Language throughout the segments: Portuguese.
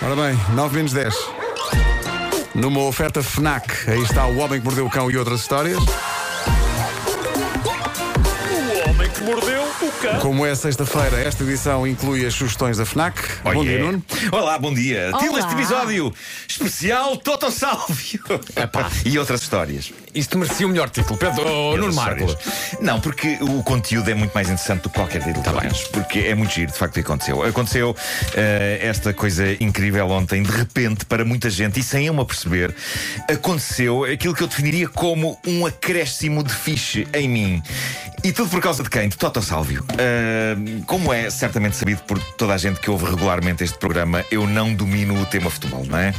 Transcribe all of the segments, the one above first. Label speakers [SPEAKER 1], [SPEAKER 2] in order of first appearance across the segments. [SPEAKER 1] Ora bem, 9 menos 10. Numa oferta FNAC, aí está o Homem que Mordeu o Cão e outras histórias.
[SPEAKER 2] O homem que mordeu o cão.
[SPEAKER 1] Como é sexta-feira, esta edição inclui as sugestões da FNAC.
[SPEAKER 3] Oh,
[SPEAKER 1] Bom dia,
[SPEAKER 3] yeah.
[SPEAKER 1] Nuno.
[SPEAKER 3] Olá, bom dia. Título
[SPEAKER 4] Olá.
[SPEAKER 3] deste episódio especial Toto Sálvio. E outras histórias.
[SPEAKER 5] Isto merecia o melhor título. Pedro
[SPEAKER 3] E
[SPEAKER 5] oh, Nuno
[SPEAKER 3] outras
[SPEAKER 5] Marco.
[SPEAKER 3] histórias. Não, porque o conteúdo é muito mais interessante do que qualquer título. Tá Porque é muito giro, de facto, o que aconteceu. Aconteceu eh, esta coisa incrível ontem, de repente, para muita gente, e sem eu me aperceber, aconteceu aquilo que eu definiria como um acréscimo de fiche em mim. E tudo por causa de quem? De Toto Sálvio. Eh, como é certamente sabido por toda a gente que ouve regularmente este programa, eu não domino o tema futebol, não é?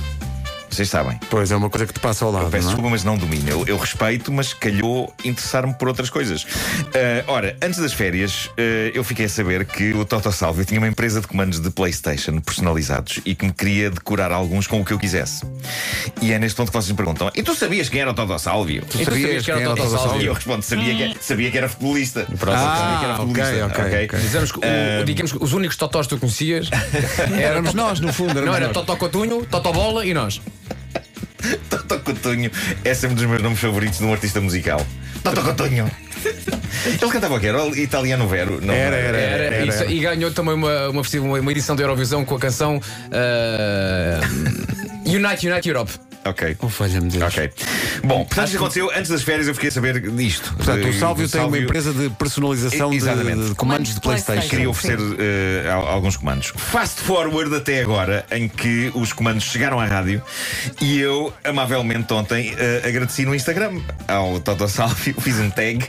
[SPEAKER 3] Vocês sabem.
[SPEAKER 1] Pois é, uma coisa que te passa ao lado.
[SPEAKER 3] Peço
[SPEAKER 1] não é?
[SPEAKER 3] desculpa, mas não domino. Eu, eu respeito, mas calhou interessar-me por outras coisas. Ah, ora, antes das férias, ah, eu fiquei a saber que o Toto Salvio tinha uma empresa de comandos de PlayStation personalizados e que me queria decorar alguns com o que eu quisesse. E é neste ponto que vocês me perguntam: E tu sabias quem era o Toto Salvio?
[SPEAKER 1] Tu sabias
[SPEAKER 5] sabias que
[SPEAKER 1] quem era
[SPEAKER 5] era
[SPEAKER 1] o
[SPEAKER 5] o Toto
[SPEAKER 1] Toto
[SPEAKER 3] E
[SPEAKER 1] Sálvio?
[SPEAKER 3] eu respondo: Sabia que, sabia que era futebolista. sabia que era
[SPEAKER 1] Ah, ok,
[SPEAKER 3] futebolista.
[SPEAKER 1] ok,
[SPEAKER 3] ok?
[SPEAKER 1] ok.
[SPEAKER 5] Dizemos que, o- digamos que os únicos totós que tu conhecias
[SPEAKER 1] Éramos nós, no fundo.
[SPEAKER 5] não
[SPEAKER 1] éramos
[SPEAKER 5] era
[SPEAKER 1] nós.
[SPEAKER 5] Totó Cotunho, Totó Bola e nós.
[SPEAKER 3] Toto Cotonho é sempre um dos meus nomes favoritos de um artista musical. Toto Cotonho. Ele cantava o que? Era o italiano vero? Não,
[SPEAKER 1] Era, era,
[SPEAKER 5] Era,
[SPEAKER 1] era.
[SPEAKER 5] isso. E ganhou também uma, uma, uma- uma edição da Eurovisão com a canção ah, Unite, Unite Europe.
[SPEAKER 3] Ok.
[SPEAKER 1] Oh, falha-me Deus.
[SPEAKER 3] Ok. Bom, portanto, isso aconteceu antes das férias, eu fiquei a saber disto.
[SPEAKER 1] Portanto,
[SPEAKER 3] Eh,
[SPEAKER 1] o Sálvio
[SPEAKER 3] do
[SPEAKER 1] tem uma empresa de personalização de,
[SPEAKER 3] Exatamente.
[SPEAKER 1] de comandos de Playstation.
[SPEAKER 3] Queria oferecer eh, al- alguns comandos. Fast forward até agora, em que os comandos chegaram à rádio e eu, amavelmente, ontem eh, agradeci no Instagram ao Toto Salvio, fiz um tag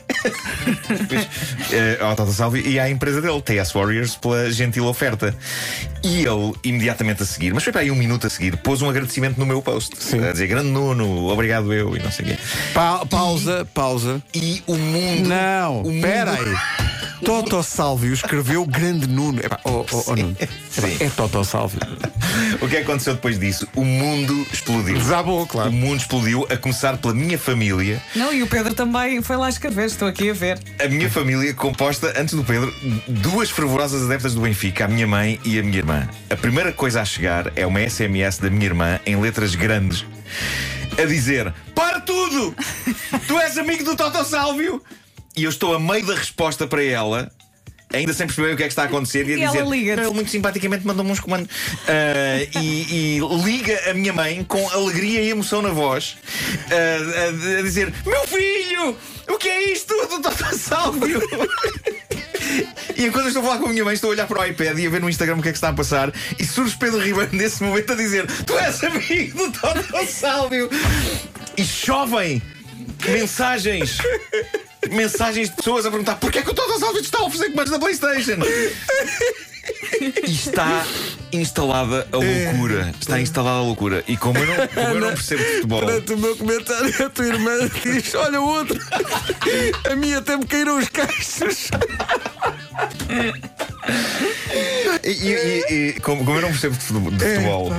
[SPEAKER 3] Fiz, eh, ao Toto Salvio e à empresa dele, TS Warriors, pela gentil oferta. E ele, imediatamente a seguir, mas foi para aí um minuto a seguir, pôs um agradecimento no meu post. A dizer, grande Nuno, obrigado eu, e não sei o quê.
[SPEAKER 1] Pa- pausa, pausa.
[SPEAKER 3] E o mundo.
[SPEAKER 1] Não,
[SPEAKER 3] o mundo-
[SPEAKER 1] espera aí. Toto Sálvio escreveu Grande Nuno. Epá, oh, oh, oh, Nuno. Epá,
[SPEAKER 3] Sim.
[SPEAKER 1] é Toto Sálvio.
[SPEAKER 3] O que é que aconteceu depois disso? O mundo explodiu.
[SPEAKER 1] Desabou,
[SPEAKER 3] O
[SPEAKER 1] claro.
[SPEAKER 3] mundo explodiu, a começar pela minha família.
[SPEAKER 4] Não, e o Pedro também foi lá escrever, estou aqui a ver.
[SPEAKER 3] A minha família, composta, antes do Pedro, duas fervorosas adeptas do Benfica, a minha mãe e a minha irmã. A primeira coisa a chegar é uma SMS da minha irmã, em letras grandes, a dizer: Para tudo! Tu és amigo do Toto Sálvio! E eu estou a meio da resposta para ela. Ainda sem perceber o que é que está a acontecer e a
[SPEAKER 4] E ela
[SPEAKER 3] dizer
[SPEAKER 4] liga-te.
[SPEAKER 3] "Não, ele muito simpaticamente mandou-me uns comandos Ah, e, e liga a minha mãe com alegria e emoção na voz ah, a, a dizer Meu filho, o que é isto do Dr. Sálvio? E enquanto eu estou a falar com a minha mãe, estou a olhar para o iPad e a ver no Instagram o que é que está a passar. E surge Pedro Ribeiro nesse momento a dizer: Tu és amigo do Dr. Sálvio! E chovem mensagens mensagens de pessoas a perguntar porquê é que o Total Salvage está a oferecer comandos da Playstation e está instalada a loucura está instalada a loucura e como eu não, como eu não percebo de futebol
[SPEAKER 1] o meu comentário, a tua irmã diz: Olha, o outro. A minha até me caíram os caixos.
[SPEAKER 3] E, e- e- e como, como eu não percebo de futebol, de futebol,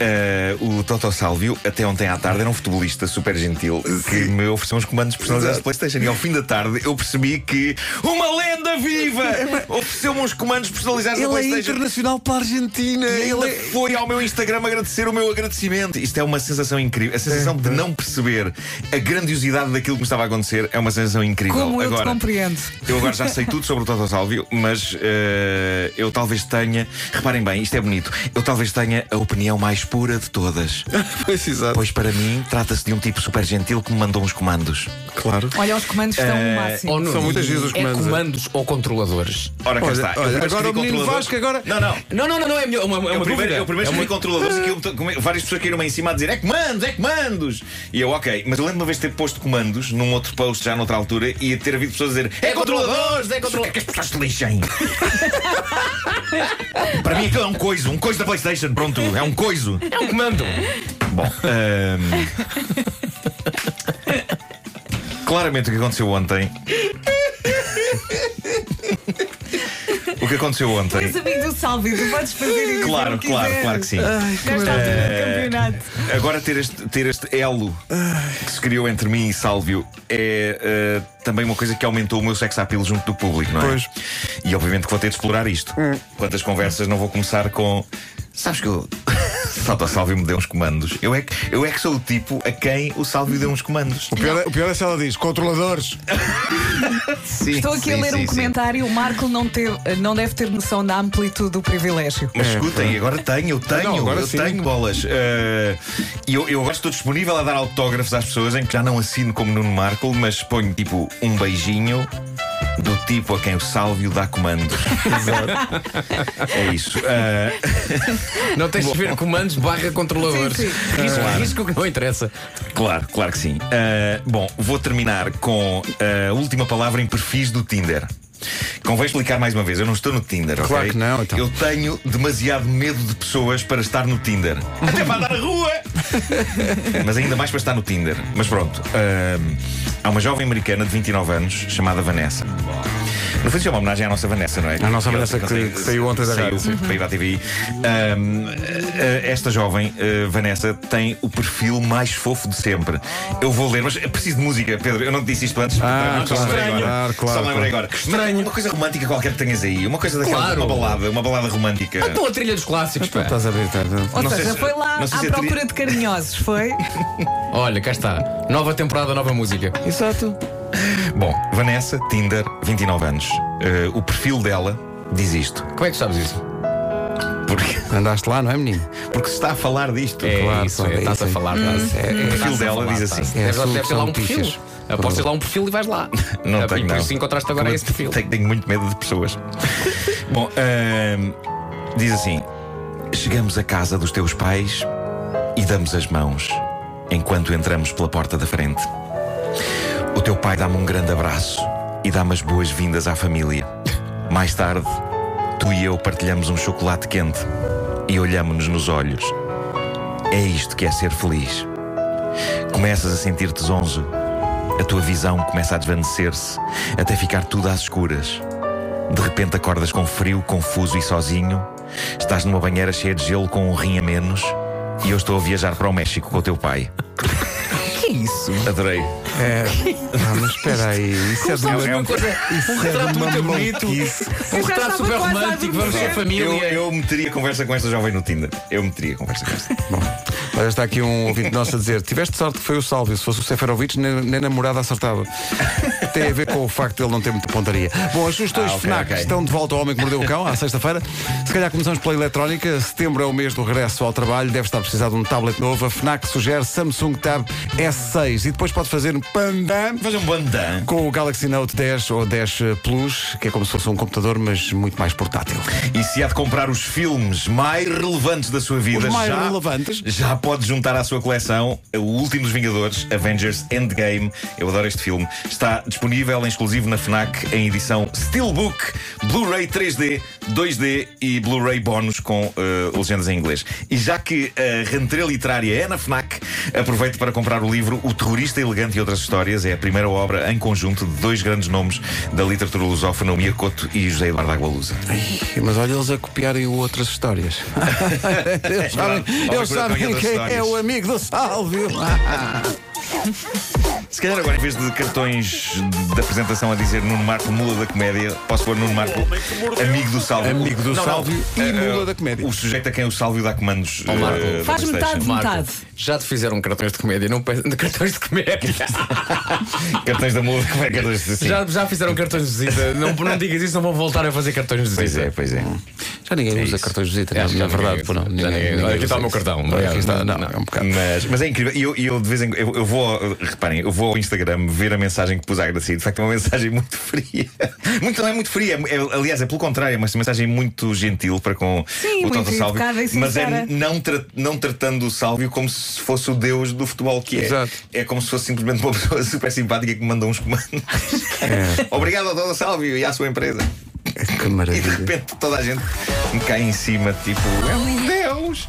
[SPEAKER 3] eh, o Toto Salvio, até ontem à tarde, era um futebolista super gentil que me ofereceu uns comandos personalizados de Playstation. E ao fim da tarde eu percebi que uma lenda viva ofereceu-me uns comandos personalizados da
[SPEAKER 1] É, Ele é
[SPEAKER 3] Playstation.
[SPEAKER 1] internacional para a Argentina.
[SPEAKER 3] E ainda
[SPEAKER 1] Ele é.
[SPEAKER 3] foi ao meu Instagram agradecer o meu agradecimento. Isto é uma sensação incrível. A
[SPEAKER 1] É,
[SPEAKER 3] sensação de não perceber a grandiosidade daquilo que me estava a acontecer é uma sensação incrível.
[SPEAKER 4] Como eu te
[SPEAKER 3] agora,
[SPEAKER 4] compreendo.
[SPEAKER 3] eu agora já sei tudo sobre o Toto Salvio, mas eh, eu talvez tenha. Reparem bem, isto é bonito. Eu talvez tenha a opinião mais pura de todas.
[SPEAKER 1] Pois, exato.
[SPEAKER 3] Pois para mim, trata-se de um tipo super gentil que me mandou uns comandos.
[SPEAKER 1] Claro.
[SPEAKER 4] Olha, os comandos estão
[SPEAKER 3] Eh,
[SPEAKER 4] o máximo.
[SPEAKER 5] Ou Oh, Nuno,
[SPEAKER 1] São muitas
[SPEAKER 5] e-
[SPEAKER 1] vezes os
[SPEAKER 5] é
[SPEAKER 1] comandos, é.
[SPEAKER 5] comandos ou controladores?
[SPEAKER 3] Ora, cá
[SPEAKER 1] Olha,
[SPEAKER 3] está. Eu
[SPEAKER 1] olha,
[SPEAKER 3] primeiro
[SPEAKER 1] agora
[SPEAKER 3] escrevi
[SPEAKER 1] o menino
[SPEAKER 3] controlador.
[SPEAKER 1] Vasco agora-
[SPEAKER 3] Não, não.
[SPEAKER 5] Não, não, não, não, é, melhor- uma, é uma
[SPEAKER 3] eu primeiro,
[SPEAKER 5] dúvida.
[SPEAKER 3] eu primeiro
[SPEAKER 5] É uma-
[SPEAKER 3] escrevi controladores e que eu- como é- várias pessoas caíram em cima a dizer é comandos, é comandos. E eu, ok, mas eu lembro-me uma vez de ter posto comandos num outro post já noutra altura e ter havido pessoas a dizer é controladores, é controladores. O que é que as pessoas se lixem? Para mim aquilo é um coiso, um coiso da Playstation, pronto, é um coiso.
[SPEAKER 5] É um comando.
[SPEAKER 3] Bom, ehm, ahm, claramente o que aconteceu ontem. o que aconteceu
[SPEAKER 4] Tu
[SPEAKER 3] ontem.
[SPEAKER 4] és amigo do Salvi, tu podes fazer isso.
[SPEAKER 3] Claro, claro, claro que sim. Eh,
[SPEAKER 4] Nesta altura do campeonato.
[SPEAKER 3] Agora ter este, ter este elo que se criou entre mim e Sálvio é eh, também uma coisa que aumentou o meu sex appeal junto do público, não é?
[SPEAKER 1] Pois.
[SPEAKER 3] E obviamente que vou ter de explorar isto. Quantas conversas não vou começar com. Sabes que eu. Falta o Salvio me deu uns comandos. Eu é, que, eu é que sou o tipo a quem o Salvio deu uns comandos.
[SPEAKER 6] O pior, é, o pior é se ela diz controladores.
[SPEAKER 3] Sim,
[SPEAKER 4] Estou aqui a
[SPEAKER 3] sim,
[SPEAKER 4] ler um
[SPEAKER 3] sim, sim.
[SPEAKER 4] comentário. O Marco não, teve- não deve ter noção da amplitude do privilégio.
[SPEAKER 3] Mas escutem, agora tenho, eu tenho,
[SPEAKER 6] É, Não, agora
[SPEAKER 3] eu
[SPEAKER 6] sim.
[SPEAKER 3] tenho bolas. Eh, E eu, eu agora estou disponível a dar autógrafos às pessoas em que já não assino como Nuno Marco, mas ponho tipo um beijinho do tipo a quem o Sálvio dá comando. é isso. Eh,
[SPEAKER 5] Não tens de ver comandos barra controladores.
[SPEAKER 4] Sim,
[SPEAKER 5] Risco,
[SPEAKER 3] Claro.
[SPEAKER 5] risco que não interessa.
[SPEAKER 3] claro, claro que sim. Eh, bom, vou terminar com a última palavra em perfis do Tinder. Convém explicar mais uma vez, eu não estou no Tinder, ok?
[SPEAKER 6] Claro que não, então.
[SPEAKER 3] Eu tenho demasiado medo de pessoas para estar no Tinder. Até para andar na rua! Mas ainda mais para estar no Tinder. Mas pronto, hum, há uma jovem americana de 29 anos chamada Vanessa. No fundo, isso é uma homenagem à nossa Vanessa, não é?
[SPEAKER 6] À nossa
[SPEAKER 3] Que
[SPEAKER 6] Vanessa
[SPEAKER 3] não
[SPEAKER 6] que- que saiu ontem da rádio,
[SPEAKER 3] Saiu para ir à TVI. Hum, eh, esta jovem, eh, Vanessa, tem o perfil mais fofo de sempre. Eu vou ler, mas eu preciso de música, Pedro. Eu não te disse isto antes.
[SPEAKER 6] Ah,
[SPEAKER 3] portanto, só
[SPEAKER 6] claro,
[SPEAKER 3] me lembrei agora.
[SPEAKER 6] claro, claro,
[SPEAKER 3] Só me lembrei
[SPEAKER 6] claro.
[SPEAKER 3] agora. Estranho. Uma coisa romântica qualquer que tenhas aí. Uma coisa daquela,
[SPEAKER 5] Claro.
[SPEAKER 3] uma balada, uma balada romântica.
[SPEAKER 5] Então a trilha dos clássicos, pá.
[SPEAKER 1] Então
[SPEAKER 6] Estás a ver? estás a-
[SPEAKER 4] Ou
[SPEAKER 3] Não sei
[SPEAKER 4] seja,
[SPEAKER 3] se-
[SPEAKER 4] foi lá
[SPEAKER 3] não sei se
[SPEAKER 4] à
[SPEAKER 3] é tri-
[SPEAKER 4] procura de carinhosos, foi?
[SPEAKER 1] tá.
[SPEAKER 5] Olha, cá está. Nova temporada, nova música.
[SPEAKER 6] Exato.
[SPEAKER 3] Bom, Vanessa, Tinder, 29 anos. Eh, o perfil dela diz isto.
[SPEAKER 5] Como é que tu sabes isso?
[SPEAKER 3] Porque,
[SPEAKER 6] Andaste lá, não é, menino?
[SPEAKER 3] porque se está a falar disto.
[SPEAKER 5] É
[SPEAKER 6] Claro,
[SPEAKER 5] isso,
[SPEAKER 6] claro,
[SPEAKER 5] é,
[SPEAKER 6] é
[SPEAKER 5] estás
[SPEAKER 6] isso,
[SPEAKER 5] a
[SPEAKER 6] é.
[SPEAKER 5] falar. estás- é- é-
[SPEAKER 3] perfil
[SPEAKER 5] estás a
[SPEAKER 3] dela
[SPEAKER 5] falar,
[SPEAKER 3] diz
[SPEAKER 5] estás.
[SPEAKER 3] assim.
[SPEAKER 6] É,
[SPEAKER 5] Deve,
[SPEAKER 6] são-
[SPEAKER 5] deve ter lá
[SPEAKER 6] são
[SPEAKER 5] um perfil.
[SPEAKER 6] pichas.
[SPEAKER 5] Aposto ter lá um perfil e vais lá.
[SPEAKER 3] Não
[SPEAKER 5] Ah,
[SPEAKER 3] tenho,
[SPEAKER 5] e por
[SPEAKER 3] não.
[SPEAKER 5] isso encontraste agora
[SPEAKER 3] Como é
[SPEAKER 5] esse perfil.
[SPEAKER 3] Tenho, tenho muito medo de pessoas. Bom, ehm, diz assim: Chegamos à casa dos teus pais e damos as mãos enquanto entramos pela porta da frente. O teu pai dá-me um grande abraço e dá-me as boas-vindas à família. Mais tarde, tu e eu partilhamos um chocolate quente e olhamos-nos nos olhos. É isto que é ser feliz. Começas a sentir-te zonzo a tua visão começa a desvanecer-se até ficar tudo às escuras. De repente acordas com frio, confuso e sozinho. Estás numa banheira cheia de gelo com um rim a menos. E eu estou a viajar para o México com o teu pai. Que isso? Adorei.
[SPEAKER 6] É. Ah, mas espera aí. Isso é de
[SPEAKER 5] Sabes
[SPEAKER 6] uma.
[SPEAKER 5] uma coisa? Um retrato muito bonito. Um
[SPEAKER 4] Eu já
[SPEAKER 5] retrato
[SPEAKER 4] estava
[SPEAKER 5] super
[SPEAKER 4] quase a
[SPEAKER 5] romântico. Vamos ser
[SPEAKER 4] adormecer.
[SPEAKER 3] Eu,
[SPEAKER 5] família.
[SPEAKER 3] eu meteria conversa com esta jovem no Tinder. Eu meteria conversa com esta.
[SPEAKER 6] Olha, está aqui um ouvinte nosso a dizer: Tiveste sorte que foi o Sálvio. Se fosse o Seferovic, nem, nem namorada acertava. Tem a ver com o facto de ele não ter muita pontaria. Bom, as sugestões
[SPEAKER 3] Ah, ok,
[SPEAKER 6] FNAC
[SPEAKER 3] ok.
[SPEAKER 6] estão de volta ao Homem que Mordeu o Cão, à sexta-feira. Se calhar começamos pela eletrónica. Setembro é o mês do regresso ao trabalho. Deve estar precisado de um tablet novo. A FNAC sugere Samsung Tab S6. E depois pode fazer um pandam
[SPEAKER 3] Fazer um bandan.
[SPEAKER 6] com o Galaxy Note 10 ou 10 Plus, que é como se fosse um computador, mas muito mais portátil.
[SPEAKER 3] E se há de comprar os filmes mais relevantes da sua vida,
[SPEAKER 6] Os mais
[SPEAKER 3] já,
[SPEAKER 6] relevantes?
[SPEAKER 3] já pode juntar à sua coleção o último dos Vingadores, Avengers Endgame. Eu adoro este filme. Está disponível em exclusivo na Fnac em edição Steelbook, Blu-ray 3D, 2D e Blu-ray bónus com eh, legendas em inglês. E já que a rentrée literária é na Fnac, aproveite para comprar o livro O Terrorista Elegante e Outras Histórias. É a primeira obra em conjunto de dois grandes nomes da literatura lusófona, o Mia Couto e José Eduardo Agualusa.
[SPEAKER 6] Ih, Mas olha eles a copiarem o outras histórias. eles sabem,
[SPEAKER 3] Olha,
[SPEAKER 6] eles
[SPEAKER 3] cuidado com
[SPEAKER 6] sabem
[SPEAKER 3] aquelas
[SPEAKER 6] quem é
[SPEAKER 3] histórias.
[SPEAKER 6] o amigo do Sálvio.
[SPEAKER 3] Se calhar agora, em vez de cartões de apresentação a dizer Nuno Marco Mula da Comédia, posso pôr Nuno Marco
[SPEAKER 2] homem que mordeu
[SPEAKER 3] Amigo do Sálvio.
[SPEAKER 6] Amigo do
[SPEAKER 3] Não, não.
[SPEAKER 6] Sálvio e
[SPEAKER 3] Eh,
[SPEAKER 6] Mula
[SPEAKER 3] eh,
[SPEAKER 6] da Comédia.
[SPEAKER 3] O sujeito a quem o Sálvio dá comandos.
[SPEAKER 5] Ó, Marco,
[SPEAKER 3] eh, da
[SPEAKER 4] Faz metade de
[SPEAKER 3] PlayStation.
[SPEAKER 4] metade.
[SPEAKER 5] já te fizeram cartões de comédia, não pe- de cartões de comédia.
[SPEAKER 3] Cartões da Mula, como é que é cartões assim?
[SPEAKER 5] Já, já fizeram cartões de visita. Não, não digas isso, não vão voltar a fazer cartões de
[SPEAKER 3] Pois é,
[SPEAKER 5] visita.
[SPEAKER 3] pois é.
[SPEAKER 6] Já ninguém usa
[SPEAKER 3] isso.
[SPEAKER 6] cartões de visita,
[SPEAKER 5] Acho
[SPEAKER 6] não,
[SPEAKER 5] que
[SPEAKER 6] na
[SPEAKER 5] já ninguém
[SPEAKER 6] verdade,
[SPEAKER 5] usa.
[SPEAKER 6] pô, não.
[SPEAKER 5] Já
[SPEAKER 6] É, Ninguém-
[SPEAKER 5] ninguém-
[SPEAKER 6] ninguém
[SPEAKER 5] Olha,
[SPEAKER 6] usa
[SPEAKER 5] aqui está o meu
[SPEAKER 6] isso.
[SPEAKER 5] cartão.
[SPEAKER 6] Olha,
[SPEAKER 5] Obrigado.
[SPEAKER 6] aqui está, não,
[SPEAKER 5] Não.
[SPEAKER 6] é um bocado.
[SPEAKER 3] Mas, mas é incrível. E eu, e eu de vez em eu, eu vou, ao- reparem, eu vou ao Instagram ver a mensagem que pus à Gracia. De facto, é uma mensagem muito fria. Muito, não é muito fria. é- é- aliás, é pelo contrário, é uma mensagem muito gentil para com
[SPEAKER 4] Sim,
[SPEAKER 3] o Toto
[SPEAKER 4] muito
[SPEAKER 3] Sálvio.
[SPEAKER 4] educada e
[SPEAKER 3] Mas é
[SPEAKER 4] sincera.
[SPEAKER 3] não, tra- não tratando o Sálvio como se fosse o deus do futebol que é.
[SPEAKER 6] Exato.
[SPEAKER 3] É como se fosse simplesmente uma pessoa super simpática que me manda uns comandos. Obrigado ao Toto Sálvio e à sua empresa.
[SPEAKER 6] Que
[SPEAKER 3] E de
[SPEAKER 6] maravilha.
[SPEAKER 3] repente toda a gente me cai em cima, tipo, é um Deus!